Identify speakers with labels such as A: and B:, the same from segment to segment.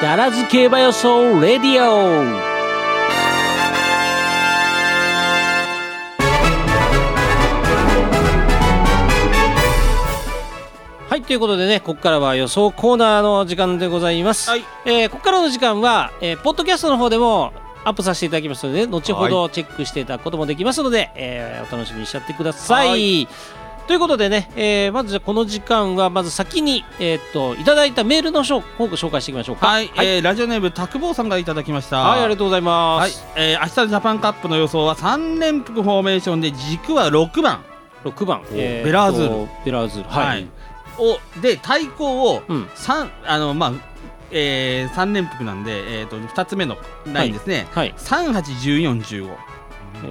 A: ダラズ競馬予想レディオはいということでねここからは予想コーナーの時間でございます、
B: はい
A: えーここからの時間は、えーポッドキャストの方でもアップさせていただきますので、後ほどチェックしていただくこともできますので、えーお楽しみにしちゃってください。
B: は
A: ということでね、えーまずじゃあこの時間はまず先に、えーっといただいたメールの方を紹介していきましょうか。
B: はい、
A: はい
B: えーラジオネームたくぼうさんがいただきました
A: はいありがとうございま
B: はい
A: す。、
B: えー明日のジャパンカップの予想は3連複フォーメーションで軸は6番、
A: 六番、
B: ベラーズー
A: ル。ベラーズール。はい。
B: をで対抗を
A: うん。
B: 三あのまあ、えー、3連複なんで、えー、と2つ目のラインですね、
A: はい。
B: 381415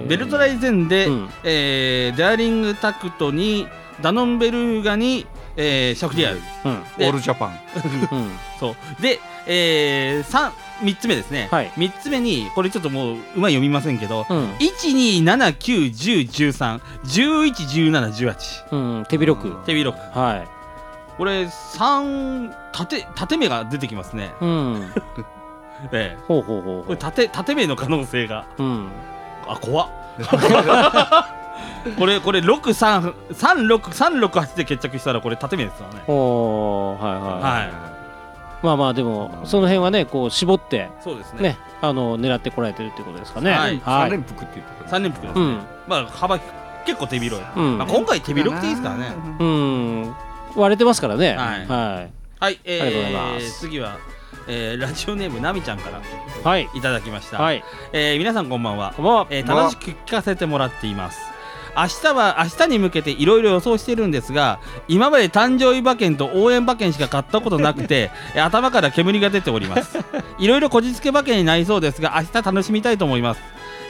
B: ベルトラ
A: イ
B: イゼンで、
A: うん
B: えーダーリングタクトにダノンベルーガに、えーシャフティアール
A: うん。
B: で
C: オールジャパン
A: うん。
B: そうで、えー、3, 3つ目ですね、
A: はい
B: 3つ目にこれちょっともううまい読みませんけど、
A: うん。
B: 1279101311718
A: うん。手広く。
B: 手広く
A: は
B: これ3縦縦目が出てきますね、
A: い。うん。
B: ええ、
A: ほうほうほう
B: こ
A: ほ
B: れ縦縦目の可能性が
A: う。うん。
B: あ 怖っこれこれ633638で決着したらこれ縦目ですよね
A: おーはいはい、
B: は
A: まあまあでもその辺はねこう絞って
B: そうですね
A: ねあの狙ってこられてるってことですかね
B: はい
C: 三連複って言って
B: 3連複です、
A: うん
B: まあ幅結構手広い、
A: うん
B: まあ、今回手広くていいですからね
A: うん割れてますからね
B: はい
A: は
B: はい、えー
A: ありがとうございます
B: 次は、えーラジオネームなみちゃんから
A: いはい
B: いただきました、
A: はい
B: えー皆さんこんばんは
A: こんばんは
B: えー楽しく聞かせてもらっています明日は明日に向けていろいろ予想してるんですが今まで誕生日馬券と応援馬券しか買ったことな くてえー頭から煙が出ておりますいろいろこじつけ馬券になりそうですが明日楽しみたいと思います、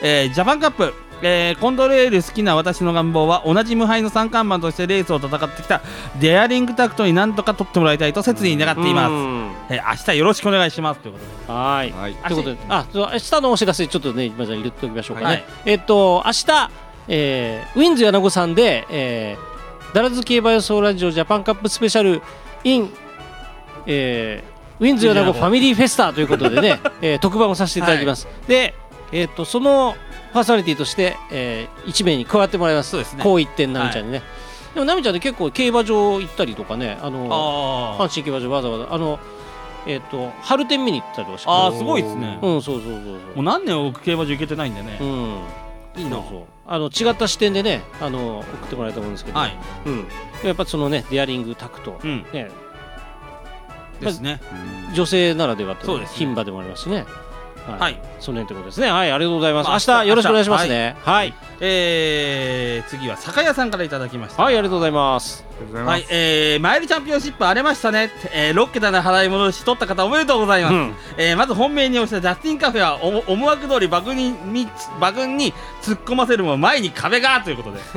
B: えージャパンカップえーコントレール好きな私の願望は同じ無敗の三冠馬としてレースを戦ってきたデアリングタクトになんとか取ってもらいたいと切に願っています、
A: す
B: えー明日よろしくお願いしますということで
A: はい
C: はい
A: ということであそう明日のお知らせちょっとね今じゃあ言っておきましょうかね、
B: はい
A: えっと明日、えーウィンズ柳子さんで、えー、ダラズ競馬予想ラジオジャパンカップスペシャル in、えーウィンズ柳子ファミリーフェスタということで ね、えー特番をさせていただきます、で、えっとそのパーソナリティとして、え1名に加わってもらいます
B: そうですね
A: こう言ってんなみちゃんにね、でもなみちゃんって結構競馬場行ったりとかねあの
B: あー
A: 阪神競馬場わざわざあのえっ、と春天見に行ったりとかして
B: あーすごいですね
A: うんそうそうそうそ
B: もう
A: う
B: 何年僕競馬場行けてないんでね、
A: うん
B: いいな
A: そうそうあの違った視点でねあの送ってもらえたと思うんですけど、
B: はい、
A: うん、やっぱそのねデアリングタクト、
B: うん、
A: ね、
B: ですね。
A: 女性ならでは
B: そ
A: と
B: う
A: いう
B: ですね
A: 牝馬でもありますしねは
B: はい、
A: その辺ということですねはいありがとうございます、
B: まあ
A: 明日よろしくお願いしますねはい
B: えー、次は酒屋さんからいただきました。
A: はい、
B: はい、
A: ありがとうございます
C: ありがとうございます
B: えー、マイルチャンピオンシップ荒れましたね。えー、6桁の払い戻し取った方おめでとうございます。
A: うん
B: えーまず本命に押したジャスティンカフェはおも思惑通り馬群にに馬群に突っ込ませるも前に壁がという ことでス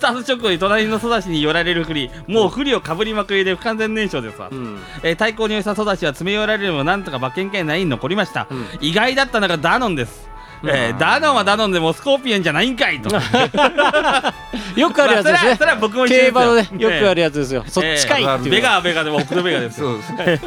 B: タート直後に隣の育ちに寄られるふりもうふりをかぶりまくりで不完全燃焼ですわ、
A: うん
B: えー対抗に押した育ちは詰め寄られるもなんとか馬券圏内に残りました、
A: うん
B: 意外だったのがダノンです、えー
C: うん
B: ダノンはダノンでもスコーピオンじゃないんかいと
A: よくあるやつですね
B: まあそれはそれは僕も一緒です
A: 競
B: よ
A: 馬のねよくあるやつですよ、そっちかいっていう、
B: ベガはベガでも北斗ベ ガですよ
C: そうです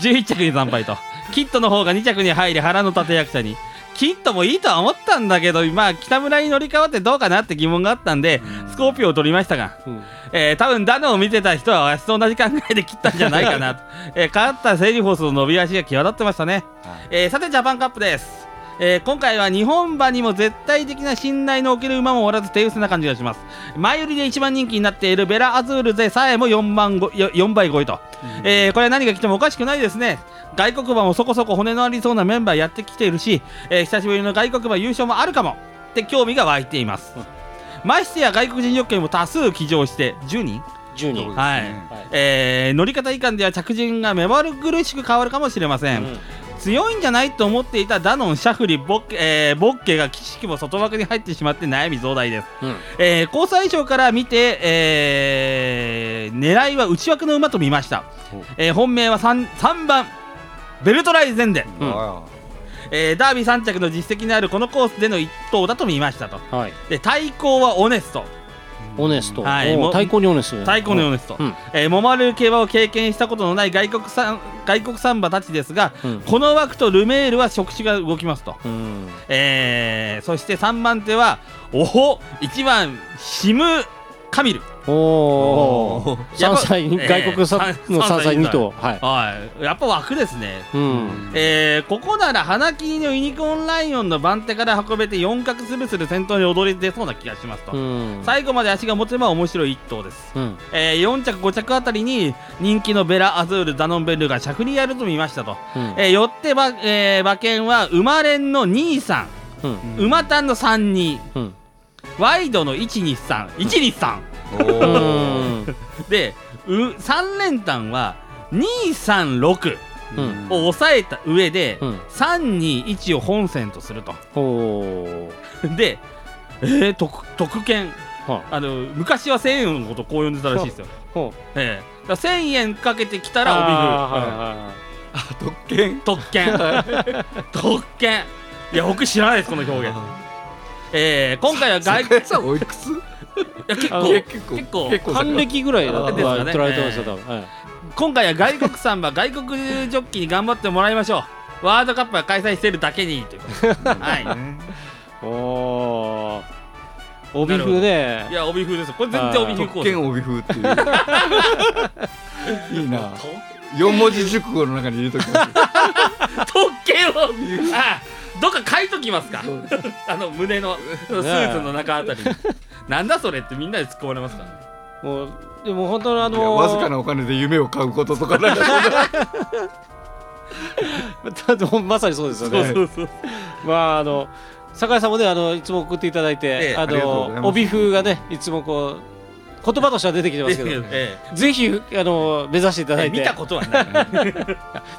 B: 11着に惨敗とキットの方が2着に入り腹の立役者にキットもいいとは思ったんだけどまあ北村に乗り換わってどうかなって疑問があったんでスコーピオンを取りましたが
A: うん
B: えー、多分ダノンを見てた人は私と同じ考えで切ったんじゃないか なと、えー、勝ったセリフォスの伸び足が際立ってましたね、
C: はい
B: えーさてジャパンカップです、えー今回は日本馬にも絶対的な信頼のおける馬もおらず手薄な感じがします前売りで一番人気になっているベラ・アズールでさえも4, 万ごよ4倍超えと、えーこれは何が来てもおかしくないですね外国馬もそこそこ骨のありそうなメンバーやってきているし、えー久しぶりの外国馬優勝もあるかもって興味が湧いています、ましてや外国人欲求も多数騎乗して10人、
A: 10
C: そうですね
A: 人
B: はい
A: はい
B: えー乗り方以下では着順が目まぐるしく変わるかもしれません、
A: うん
B: 強いんじゃないと思っていたダノンシャフリボッケ,、えーボッケが奇しくも外枠に入ってしまって悩み増大です、
A: うん
B: えー、交際賞から見て、えー狙いは内枠の馬と見ました
C: ほう、
B: えー本命は 3, 3番ベルトライゼンデン、
A: うん
C: あ
B: えーダービー3着の実績のあるこのコースでの一頭だと見ましたと
A: はい
B: で対抗はオネスト
A: オネスト、
B: はい
A: お
B: もう
A: 太鼓にオネスト
B: 太鼓のようですと、
A: うん
B: えー、桃る競馬を経験したことのない外国さん外国サンバたちですが、
A: うん
B: この枠とルメールは触手が動きますと、
A: うん
B: えー、そして3番手はおほ1番シムカミル
A: おお
B: おー
A: 3歳
B: やっぱ
A: 外国さ
B: えー
A: の3歳2頭は
B: 三
A: い
B: はいやっぱ枠ですね
A: うん
B: えー、ここなら花切りのユニコーンライオンの番手から運べて四角スルスル先頭に踊り出そうな気がしますと、
A: うん
B: 最後まで足が持てば面白い一頭です、
A: うん
B: えー、4着5着あたりに人気のベラ・アズールダノンベルがシャフリヤルと見ましたと、
A: うん
B: えー、よってば、えー、馬券は馬連の2さ
A: うん
B: ん馬単の32
A: うん
B: ワイドの123123、
A: うん
B: でう3連単は236
A: う
B: を
A: ん
B: 抑えた上で、
A: うん
B: 321を本線とすると
A: おお
B: で、えー、特特権
A: は
B: あの昔は1000円のことこう呼んでたらしいですよ、
A: ほ
B: ええだから1000円かけてきた
A: あ
B: ら
A: あ
B: 帯
A: はい
B: 振る、うん
A: は
C: 特権
B: 特権 特権いや僕知らないですこの表現えー、今回は外
C: 桜井さんおいくつ
B: いや結
A: あの
B: 構
C: 結構
B: 結構
C: 結
A: い
C: 構
A: 還暦ぐらいだ
C: あ
A: は
C: ー
A: い
C: です
B: かね
A: 捉えてますよ多分はい
B: 今回は外国さん は外国ジョッキーに頑張ってもらいましょうワールドカップが開催してるだけに ということではい
A: おー帯風ね
B: いや帯風ですよこれ全然帯風コ
C: 特
B: ース
C: 権帯風っていういいな四文字熟語の中に入れときま
B: 特権をあどっか書いときますか あの胸のスーツの中あたりになんだそれってみんなで突っ込まれますからね
A: もうでも本当にあ
C: すいや
A: の
C: わずかなお金で夢を買うこととかなんか
A: まさにそうですよ
C: そう
A: ね
C: そう
B: そうそう
A: まああの酒井さんもねあのいつも送っていただいて、
B: ええ
A: あ
C: ありがとうございま
A: の
C: す
A: 帯風がねいつもこう言葉としては出てきてますけど、
B: え
A: ぜひあの目指していただ
B: え
A: いて
B: 見たことはない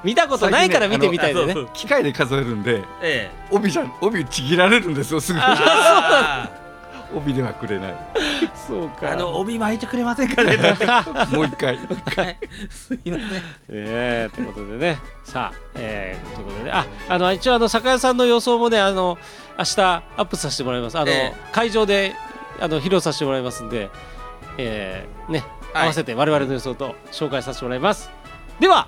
A: 見たことないから見てみたいでね
B: そうそう
C: 機械で数えるんで
B: ええ
C: 帯じゃ帯ちぎられるんですよすぐ
B: あ
C: 帯ではくれない
A: そう
B: ー
A: か
B: あの帯巻いてくれませんかねとか
C: もう一回
B: すいません
A: ええということでねさあええということでねああの一応あの酒井さんの予想もねあの明日アップさせてもらいますあの、
B: ええ
A: 会場であの披露させてもらいますんでええね
B: はい
A: 合わせて我々の予想と紹介させてもらいます、では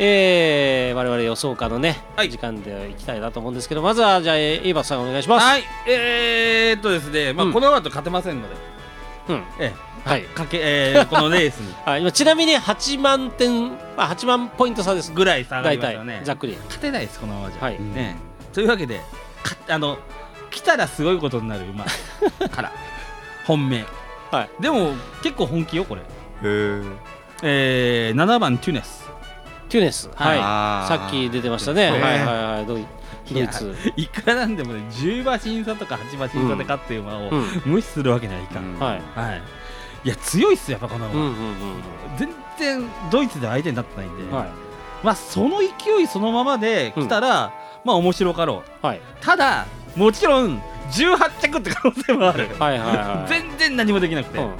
A: ええ我々予想家のね、
B: はい
A: 時間でいきたいなと思うんですけどまずはじゃあえーエイバスさんお願いします
B: はい、えー、っとですね、まあ、
A: うん
B: このままだと勝てませんので、
A: うん
B: え
A: はい
B: え、かけ、えー、このレ ースに
A: あ今ちなみに8万点、まあ、8万ポイント差です
B: ぐらい下がり
A: 大
B: ます
A: 体
B: よね。
A: ざっくり
B: 勝てないです、このままじゃ。
A: はい
B: ねえというわけで、かあの、来たらすごいことになる馬 から、本命。
A: はい
B: でも、結構本気よ、これ。
C: へー
B: えー、7番、テュネス。
A: テュネスはい
C: あー
A: さっき出てましたねは
C: そう
A: い
C: ね
A: はいはいドイドイツ
B: いくらなんでもね、10馬審査とか8馬審査で勝ってる馬を、
A: うん
B: 無視するわけにはいかん。
A: はい
B: はい。いや、強いっすよ、やっぱこ
A: う
B: の
A: んう
B: 馬。
A: ん
B: 全然、ドイツでは相手になってないんで。
A: うんはい
B: まあ、その勢いそのままで来たら、まあ面白かろう
A: はい
B: ただもちろん18着って可能性もある、
A: はいはいはい
B: 全然何もできなくて、
A: うん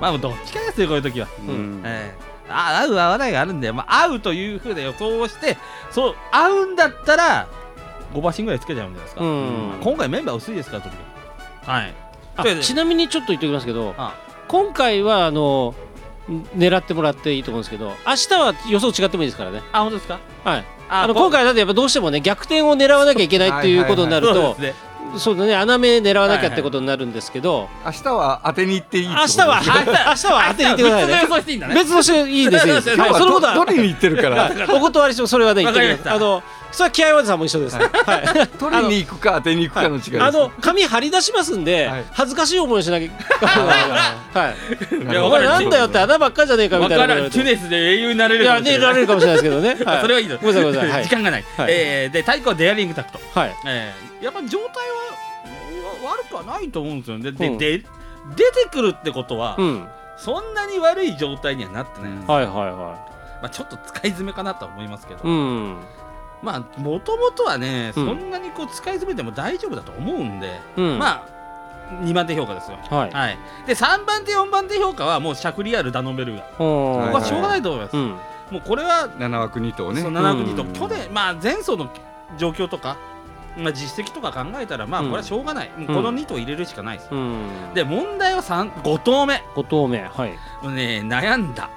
B: まあどっちかですよこういう時は、
C: う
A: うん
B: ええあ合う合わないがあるんで、まあ、合うというふうな予想をしてそう合うんだったら5馬身ぐらいつけちゃうんじゃないですか、
A: うん
B: 今回メンバー薄いですからとにかくはい
A: あ
B: というわけで
A: ちなみにちょっと言っておきますけど
B: あ
A: 今回はあの狙ってもらっていいと思うんですけど明日は予想違ってもいいですからね
B: あ本当ですか
A: はい
B: あ
A: あの
B: こ
A: 今回だってやっぱどうしてもね逆転を狙わなきゃいけないっていうことになる
B: そう
A: と
B: ですね
A: そうだね穴目狙わなきゃってことになるんですけど
C: 明日は当てに行っていいって
A: 明
C: こ
A: 日
C: とです
A: は
B: 明日
A: 明日は当てに行ってください
B: 明
A: ね
B: 日は別の予想していいんだね
A: 別の人いいですいいです
B: 別の人
A: はい
C: 今
A: そのこと
C: 日
A: は
C: はど取りに行ってる から
A: お断りしてもそれはね言
B: わ
A: って
B: か
A: く
B: り
A: ださ
B: ました
A: いあのそれは気合おじさんも一緒です
C: は
A: はい
C: 取りに行くか当てに行くかの違いですね
A: あの紙張り出しますんで、
C: はい
A: 恥ずかしい思いをしなきゃいけないから、はい、
B: いや
A: お
B: わ
A: 前
B: かる
A: なんだよって穴ばっかじゃねえかみ
B: わ
A: たい
B: か
A: な
B: らんチュネスで英雄になれ
A: い
B: るか
A: や
B: もし
A: ね
B: れな
A: ら
B: い
A: れるかもしれないですけどね、
B: あそれはいいぞ
A: ごめんなさいごめんなさい、はい
B: 時間がない、
A: はい
B: えーで太鼓はデアリングタクト、
A: はい、
B: えーやっぱ状態はわ悪くはないと思うんですよねで,、
A: うん
B: で出てくるってことは、
A: うん
B: そんなに悪い状態にはなってない、
C: うん
A: はいはいは
B: まあ、ちょっと使い詰めかなとは思いますけど、
A: いうん
B: まあもともとはね
A: う
B: そ
A: ん
B: んなにこう使い詰めても大丈夫だと思うんで、
A: うんあ
B: まあ2番手評価ですよ
A: はい
B: はい、で3番手4番手評価はもうシャフリヤールダノンベルが
A: ここ
B: ここはしょうがないいと思います、
A: うん
B: もうこれは
C: 7枠2頭ね
B: そう7
A: う
B: 国
A: ん
B: と去年まあ前走の状況とかまあ、実績とか考えたらまあ
A: うん
B: これはしょうがない、もうこの2頭入れるしかないです、
A: うん、
B: で問題は3 5頭目
A: 5投目はい、
B: もうね悩んだ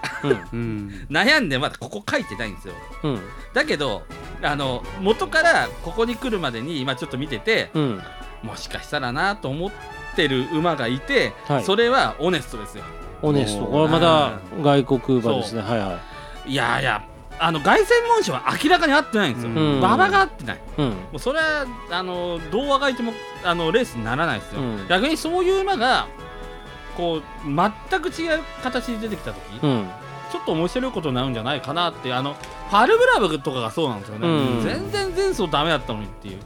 A: うん
C: うん。
B: 悩んでまだここ書いてないんですよ
A: うん
B: だけどあの元からここに来るまでに今ちょっと見てて
A: うん、
B: もしかしたらなと思ってる馬がいて、
A: はい
B: それはオネストですよ
A: オネスト
C: おー
A: これまだ外国馬ですねはいはい
B: やいやあの凱旋門賞は明らかに合ってないんですよ、
C: うん
B: 馬場が合ってない
A: い、うん
B: もうそれはあのどうあがいてもあのレースにならないですよ、
A: うん
B: 逆にそういう馬がこう全く違う形で出てきた時、
A: う
B: ち
A: ん
B: ょっと面白いことになるんじゃないかなってあのファルブラブとかがそうなんですよね、
A: うん
B: 全然前走ダメだったのにっていう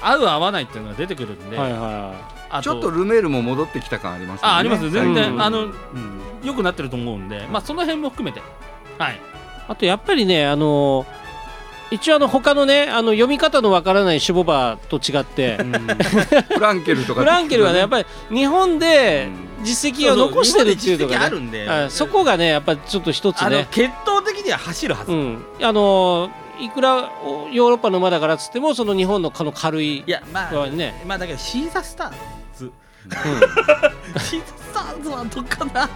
B: 合う合わないっていうのが出てくるんで、
A: はいはいは
B: あ
C: ちょっとルメールも戻ってきた感ありますよね。
B: ああります全然、
A: うん
B: あの
C: うん
B: 良くなってると思うんで、まあその辺も含めて、はい、
A: いあとやっぱりねあの一応あの他のねあの読み方のわからないシュボバーと違って
C: フランケルとか。
A: フランケルはねやっぱり日本で実績を残してるっていうの
B: 日本で実績あ
A: がね
B: るんで、
A: あそこがねやっぱちょっと一つ
B: あの
A: ね
B: 決闘的には走るはず、
A: う
B: い
A: んあのいくらおヨーロッパの馬だからっつってもその日本のこの軽い
B: やまあ、
A: 馬にね
B: まあだけどシーザースター ズシーザースターズはどっかな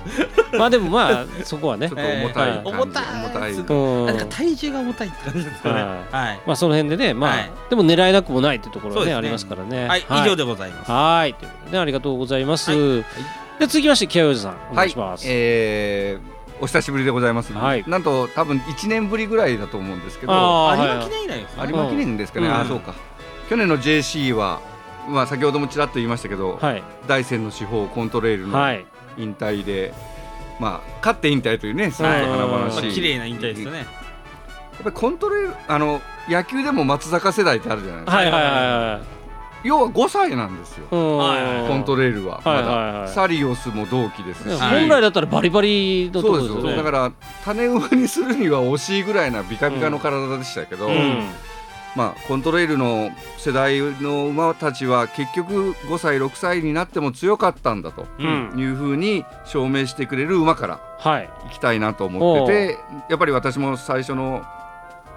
A: うんまあでもま あそこはね
C: ちょっと重たい感じ。
B: 重たい
C: 重
A: う
C: たい。
A: ん
B: なんか体重が重たいって感じですかね
A: は
B: はい、
A: まあその辺でねまあ、
B: はい
A: でも狙えなくもないってところ
B: そ
A: は
B: う
A: ね
B: ですね
A: ありますからね
B: はい以上でございます
A: はーいということでありがとうございます、
B: はい
A: で続きましてケアおじさんお
C: は
A: 願い
C: い
A: します、
C: えーお久しぶりでございます。
A: はい
C: なんと多分1年ぶりぐらいだと思うんですけど、
A: あ
B: 有
A: あはい
B: 馬記念以来です
C: 有
B: ね
C: 馬記念ですかね。
A: うん
C: あそうか。去年の JC は。まあ先ほどもちらっと言いましたけど、
A: はい
C: 大山の司法コントレイルの
A: はい
C: 引退で、まあ勝って引退というね、すごい華々
B: まあ
C: しい。
B: 綺麗な引退ですよね
C: やっぱりコントロールあの野球でも松坂世代ってあるじゃないですか、
A: はいはいはい
C: 要は5歳なんですよ、
B: はい
A: はい
C: コント
A: レ
C: レールはまだ、
A: はいはいはい
C: サリオスも同期ですし、
B: はい
A: 本来だったらバリバリのと
C: そ
A: ころ
C: うで
A: ですす
C: よ、
A: よね
C: だから種馬にするには惜しいぐらいなビカビカの体でしたけど、
A: うん
C: まあ、コントレールの世代の馬たちは結局5歳6歳になっても強かったんだと
A: うん
C: いうふうに証明してくれる馬から
A: はい
C: 行きたいなと思っててやっぱり私も最初の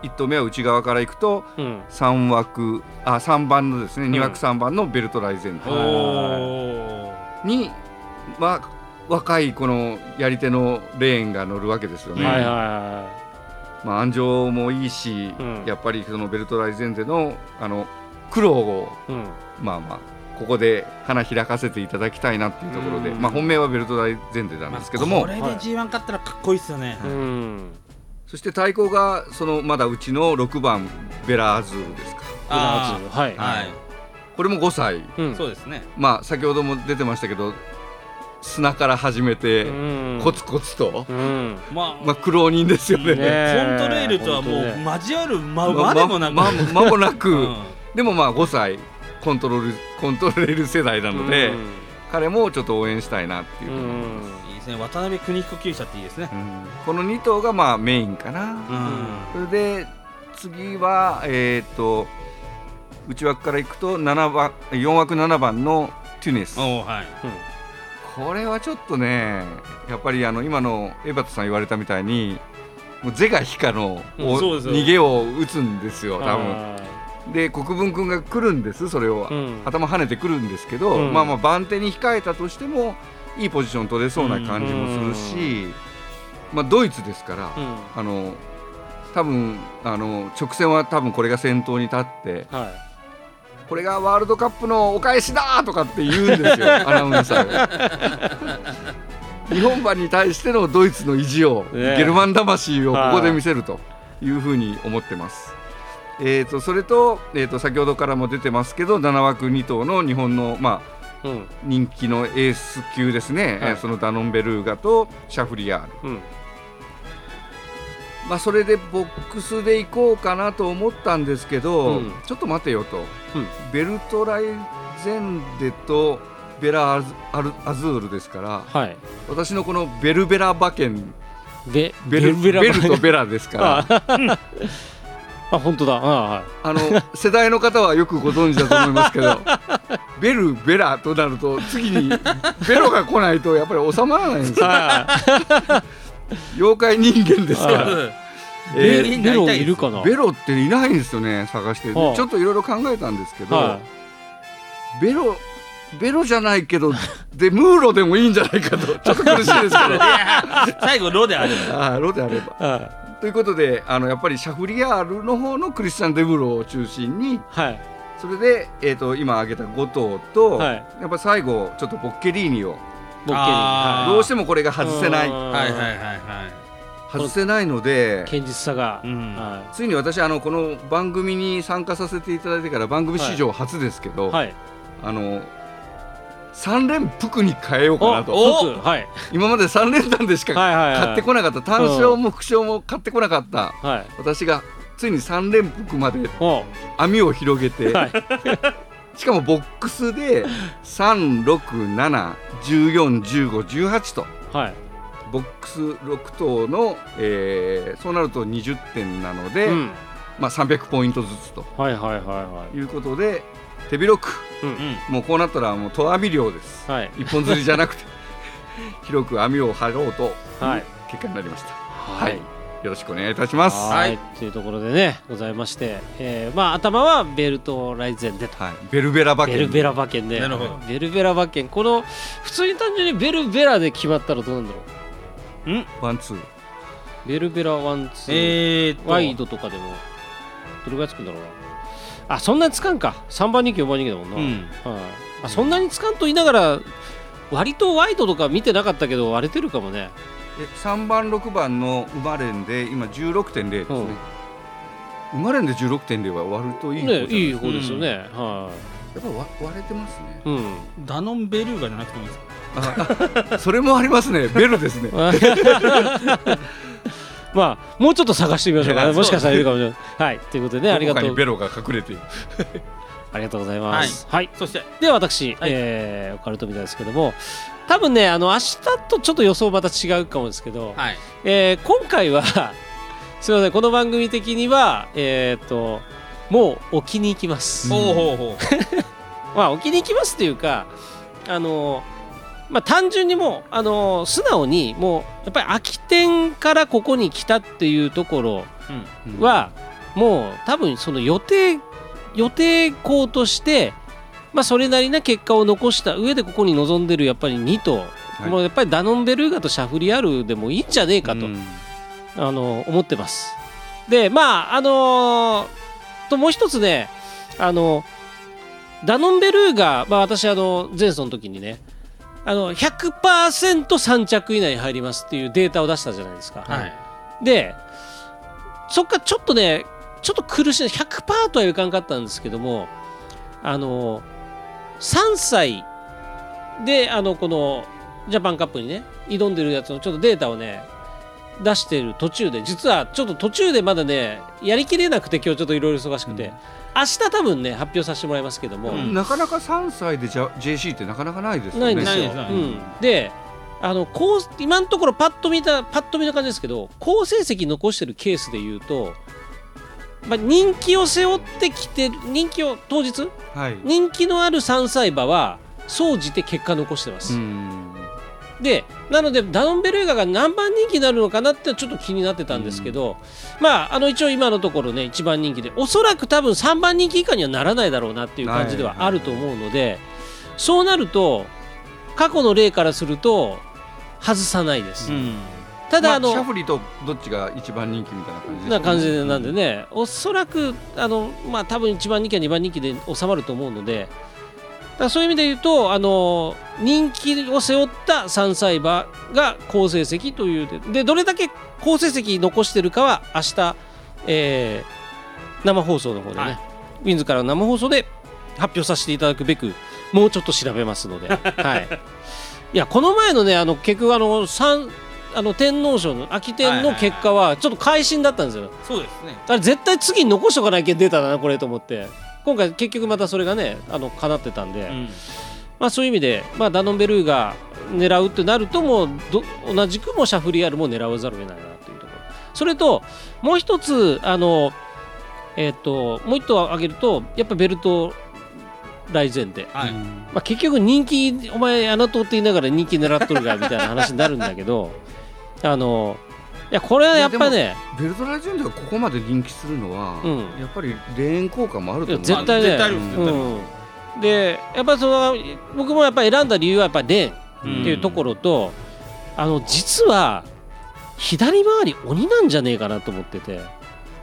C: 1頭目は内側から行くと
A: うん
C: 三枠あ三番のですね、
A: ん
C: 二枠三番のベルトライゼン
B: お
C: ト
A: はい
B: おー
C: には若いこのやり手のレーンが乗るわけですよね。
A: はいはいは
C: まあ安城もいいし、
A: うん
C: やっぱりそのベルトライゼンテのあの苦労を
A: いうん
C: まあまあここで花開かせていただきたいなっていうところで、
A: うん
C: まあ本命はベルトライゼンテなんですけど
B: ま
C: も、
B: あこれで G1 勝ったらかっこいいですよね、
A: うん
C: そして対抗がそのまだうちの6番ベラアズールですか。
B: あ
A: ブラウズ
B: あ
A: はい
B: はい、
C: これも5歳。
A: うん
B: そうですね
C: まあ先ほども出てましたけど砂から始めて。
A: うん
C: コツコツと、
A: うん
B: まあ、
C: まあ、苦労人ですよね。
A: ねえ
B: コントレイルとは
A: 本
B: も
A: 当
B: う
A: ね
B: 交わる
C: ま
B: ままでもなく、
C: まままもなく、
B: うん
C: でもまあ5歳コントロールコントロール世代なので、
A: うん
C: 彼もちょっと応援したいなっていうう、うん
A: ん
B: いいですね渡辺邦彦厩舎っていいですね、
C: この2頭がまあメインかな、それで次はえっ、と内枠からいくと7番4枠7番のテュネス
B: おおはい
C: これはちょっとねやっぱりあの今の江端さん言われたみたいにもうゼがヒカの、
A: うん
C: お
B: そうですよ
C: 逃げを打つんですよ多分
A: あ
C: で国分君が来るんですそれを、
A: ーうん
C: 頭跳ねてくるんですけど、
A: うん
C: まあまあ番手に控えたとしてもいいポジション取れそうな感じもするし、まあ、ドイツですから、
A: うん
C: あの多分あの直線は多分これが先頭に立って
A: はい
C: これがワールドカップのお返しだとかって言うんで すよアナウンサーが。日本馬に対してのドイツの意地を、
A: ねえ
C: ゲルマン魂をここで見せるというふうに思ってます。えー、とそれと,、えー、と先ほどからも出てますけど7枠2頭の日本の、まあ、
A: うん
C: 人気のエース級ですね、
A: はい
C: えーそのダノンベルーガとシャフリヤール、
A: うん
C: まあ、それでボックスで行こうかなと思ったんですけど、
A: うん
C: ちょっと待てよと、
A: うん
C: ベルトライゼンデとベラアズアルアズールですから
A: はい
C: 私のこのベルベラ馬券
A: ベ
C: ベル
A: ベ
C: ベ
A: ラ
C: ルとベラですから
A: ああ あ本当だあ
C: あの世代の方はよくご存知だと思いますけど ベルベラとなると次にベロが来ない とやっぱり収まらないんです
A: あ
C: よ
A: はい
C: 妖怪人間ですか
A: あ
C: らえ
B: ベ
C: ー
B: ー
A: ベロいるかな
C: ベロっていないんですよね探して、
A: はあ
C: ちょっといろいろ考えたんですけど、
A: は
C: ベロベロじゃないけどでムーロでもいいんじゃないかとち ょっと苦しいですけど
B: 最後ロである
C: あーロであれば。
A: いはい
C: ということであのやっぱりシャフリヤールの方のクリスチャン・デブロを中心に
A: はい
C: それで、えー、と今挙げた5頭と、
A: はい
C: やっぱ最後ちょっとボッケリーニ
A: ボッ
C: を
A: ケリ
B: あー
A: は
C: どうしてもこれが
A: い
C: 外せない
A: うん
B: はいはいはいはい
C: 外せないので
A: 堅実さが、
B: うん
A: は
C: ついに私あのこの番組に参加させていただいてから番組史上初ですけ
A: い
C: ど、
A: はい
C: あの3連服に変えようかなと
A: お僕はい
C: 今まで3連単でしか
A: はいはいはい
C: 買ってこなかった単勝も副賞も買ってこなかった
A: はい
C: 私がついに3連服まで
A: お
C: 網を広げて、
A: はい
C: しかもボックスで3671415158と
A: はい
C: ボックス6頭の、えーそうなると20点なので、
A: うん
C: まあ、300ポイントずつと
A: はいはいはいは
C: いうことで手広く
A: いうん
B: うん
C: もうこうなったらもう戸網漁です
A: はい
C: 一本釣りじゃなくて 広く網を張ろうと
A: はい
C: 結果になりました、
A: は
C: はいよろしくお願いいたします
A: は
C: はいい、
A: というところでねございまして、えーまあ頭はベルトライゼンでと
C: ベルベラバケ
A: ベルベラ馬券で
B: なるほど
A: ベルベラ馬券この普通に単純にベルベラで決まったらどうなんだろ
C: ワンツー
A: うベルベラワンツー、
B: えーっと
A: ワイドとかでもどれぐらいつくんだろうなあそんなにつかんか3番人気4番人気だもんな、
B: うん
A: はいあそんなにつかんと言いながら割とワイドとか見てなかったけど割れてるかもね
C: え3番6番の生まれんで今16.0ですね、生まれんで16.0は割るといい方じゃ
A: ね
C: ない
A: い
C: やっ
A: 方ですよね、は
C: ぱ割割れてますね
A: い、うん
B: ダノンベルーガじゃなくてもいいですか
C: それもあり ますねベルですね
A: まあもうちょっと探してみましょうか、ね、
C: そう
A: もしかしたらいるかもしれない。はいということでねありが
C: どこ
A: と
C: かに
A: う
C: ベロが隠れている
A: ありがとうございます。はい、
B: そして
A: で私、
B: はい
A: えーオカルトみたいですけども多分ねあの明日とちょっと予想また違うかもですけど、
B: はい
A: えー今回は すいませんこの番組的にはえーっともう置きに行きます。
B: ほうほうほう
A: まあ置きに行きますというかあのまあ単純にもうあの素直にもうやっぱり空き店からここに来たっていうところ
B: うん
A: はもう多分その予定予定校として、まあ、それなりな結果を残した上でここに臨んでるやっぱり2頭、
C: い
A: もうやっぱりダノンベルーガとシャフリヤールでもいいんじゃねえかと、
C: うん
A: あの思ってます。でまああのーともう一つねあのダノンベルーガ、まあ、私あの前走の時にねあの100%3 着以内に入りますっていうデータを出したじゃないですか。
B: はい
A: でそっからちょっとねちょっと苦しい100%とはいかんかったんですけどもあの3歳であのこのジャパンカップにね挑んでるやつのちょっとデータをね出してる途中で実はちょっと途中でまだねやりきれなくて今日ちょっといろいろ忙しくて、
C: うん
A: 明日多分ね発表させてもらいますけども、
B: うん
C: なかなか3歳でじゃ JC ってなかなかないですよ
A: な
C: ね
A: いんですよ。
B: ないです
A: う
B: よね
A: ん、であのこう今のところパッと見たパッと見た感じですけど好成績残してるケースで言うと、まあ、人気を背負ってきてる人気を当日
C: はい、
A: 人気のある3歳馬は総じて結果残してます。
C: うん
A: でなのでダノンベルーガが何番人気になるのかなってちょっと気になってたんですけど、まああの一応今のところね1番人気でおそらく多分3番人気以下にはならないだろうなっていう感じではあると思うので、そうなると過去の例からすると外さないです、
B: うん
A: ただあ
C: ま
A: の、
C: シャフリーとどっちが一番人気みたいな感じですね
A: な感じでなんでね、おそらくあの、まあ、多分1番人気は2番人気で収まると思うのでだからそういう意味で言うとあの人気を背負った3歳馬が好成績というででどれだけ好成績残してるかは明日、えー生放送の方でね、
B: はい
A: ウィンズからの生放送で発表させていただくべくもうちょっと調べますので。はいいやこの前のねあの結局あの三あの天皇賞の秋天の結果はちょっと会心だったんですよ。
B: そうですね
A: あれ絶対次に残しとかないけんデータだなこれと思って今回結局またそれがねあの叶ってたんで、
B: うん
A: まあそういう意味で、まあ、ダノンベルーが狙うってなるともうど同じくもシャフリヤールも狙わざるを得ないなというところそれともう一つあのえっ、ともう一頭挙げるとやっぱベルトライゼンで
B: はい
A: まあ、結局人気お 前あのとって言いながら人気狙っとるがみたいな話になるんだけどあのやこれはやっぱね
C: ベルトラジオンがここまで人気するのは、
A: うん
C: やっぱり霊園効果もあると思う
A: いや絶対ね
B: 絶対あります
C: うん
B: 絶対あり
A: うん、でやっぱりその僕もやっぱり選んだ理由はやっぱレーンっていうところと、あの実は左回り鬼なんじゃねえかなと思ってて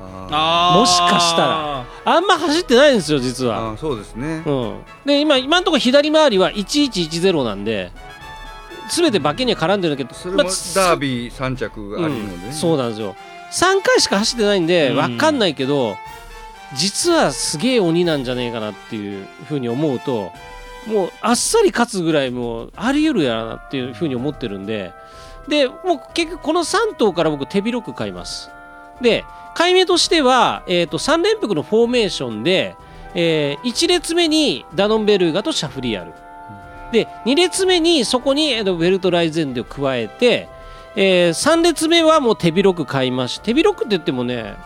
C: あ
B: あー
A: もしかしたらあんま走ってないんですよ実
C: ー
A: は。
C: あーそうですね、
A: うん、で今今のところ左回りは1110なんで全て馬券には絡んでるんだけど
C: それもダ
A: まあ
C: ービー3着ありので、ね
A: うんそうなんですよ3回しか走ってないんで
B: うん
A: 分かんないけど、実はすげえ鬼なんじゃねえかなっていうふうに思うともうあっさり勝つぐらいもうあり得るやろなっていうふうに思ってるんででもう結局この3頭から僕手広く買いますで買い目としては、えー、と3連複のフォーメーションで、え1列目にダノンベルーガとシャフリヤールで2列目にそこに、えーとベルトライゼンデを加えて、え3列目はもう手広く買いまし手広くって言ってもね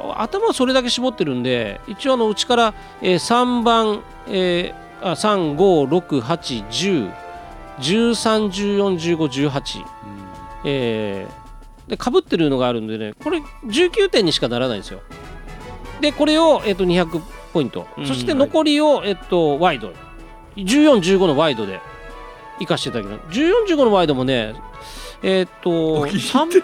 A: あ頭はそれだけ絞ってるんで一応あのうちから、え3番、えー、あ3 5 6 8 1 0 1 3 1 4 1 5 1 8えーでかぶってるのがあるんでねこれ19点にしかならないんですよでこれを、えっと200ポイント、
B: うん
A: そして残りを、えっとワイド1415のワイドで生かしていただきます1415のワイドもねえっと
C: お気に
A: 三
C: 入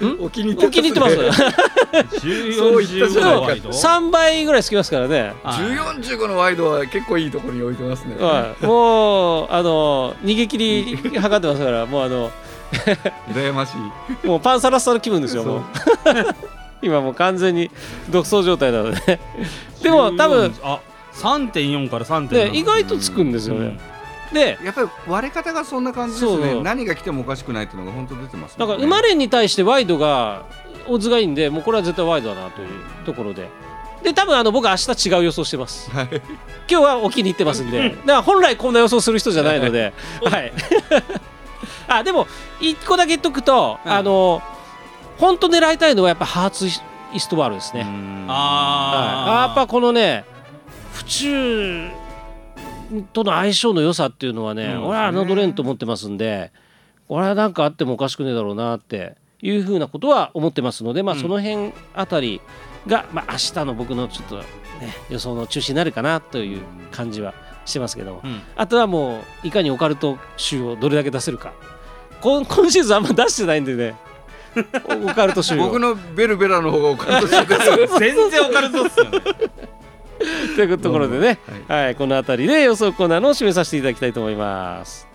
C: うんお気に入って
A: お気に入ってます
C: そう言ったじゃない
B: 14
C: か
B: 15
A: 3倍ぐらい好きますからね、
C: 14、15のワイドは結構いいところに置いてますね。
A: はい、もうあの逃げ切り測ってますからもうあの
C: 羨ましい。
A: もうパンサラッサの気分ですよ
C: そう
A: もう 今もう完全に独走状態なのででも多分
B: あ3.4から3.7
A: で意外とつくんですよね、で
C: やっぱり割れ方がそんな感じです
A: そうそ
C: ね。
A: う
C: 何が来てもおかしくないっていうのが本当出てます
A: な
C: も
A: ん
C: ん
A: か
C: ね。
A: 馬連に対してワイドがオッズがいいんでもうこれは絶対ワイドだなというところでで多分あの僕は明日違う予想してます
C: はい
A: 今日はお気に入ってますんでだから本来こんな予想する人じゃないので、はい、 あでも1個だけ言っとくと、
B: うん
A: あの本当狙いたいのはやっぱハーツイストワールですね、はい、や
B: あ
A: っ
B: ー
A: ぱこのね府中との相性の良さっていうのはね、
B: うん
A: 俺は侮れんと思ってますんで俺は何かあってもおかしくねえだろうなっていうふうなことは思ってますので、まあ、
B: うん
A: その辺あたりが、まあ明日の僕のちょっと、ね、予想の中心になるかなという感じはしてますけども、
B: うん
A: あとはもういかにオカルト集をどれだけ出せるか今今シーズンあんま出してないんで ねオカルト集を。
C: 僕のベルベラの方がおかしいです。
B: 全然オカルトっすよね
A: というところでね、
C: どうも
A: はい、この辺りで予想コーナーのを締めさせていただきたいと思います。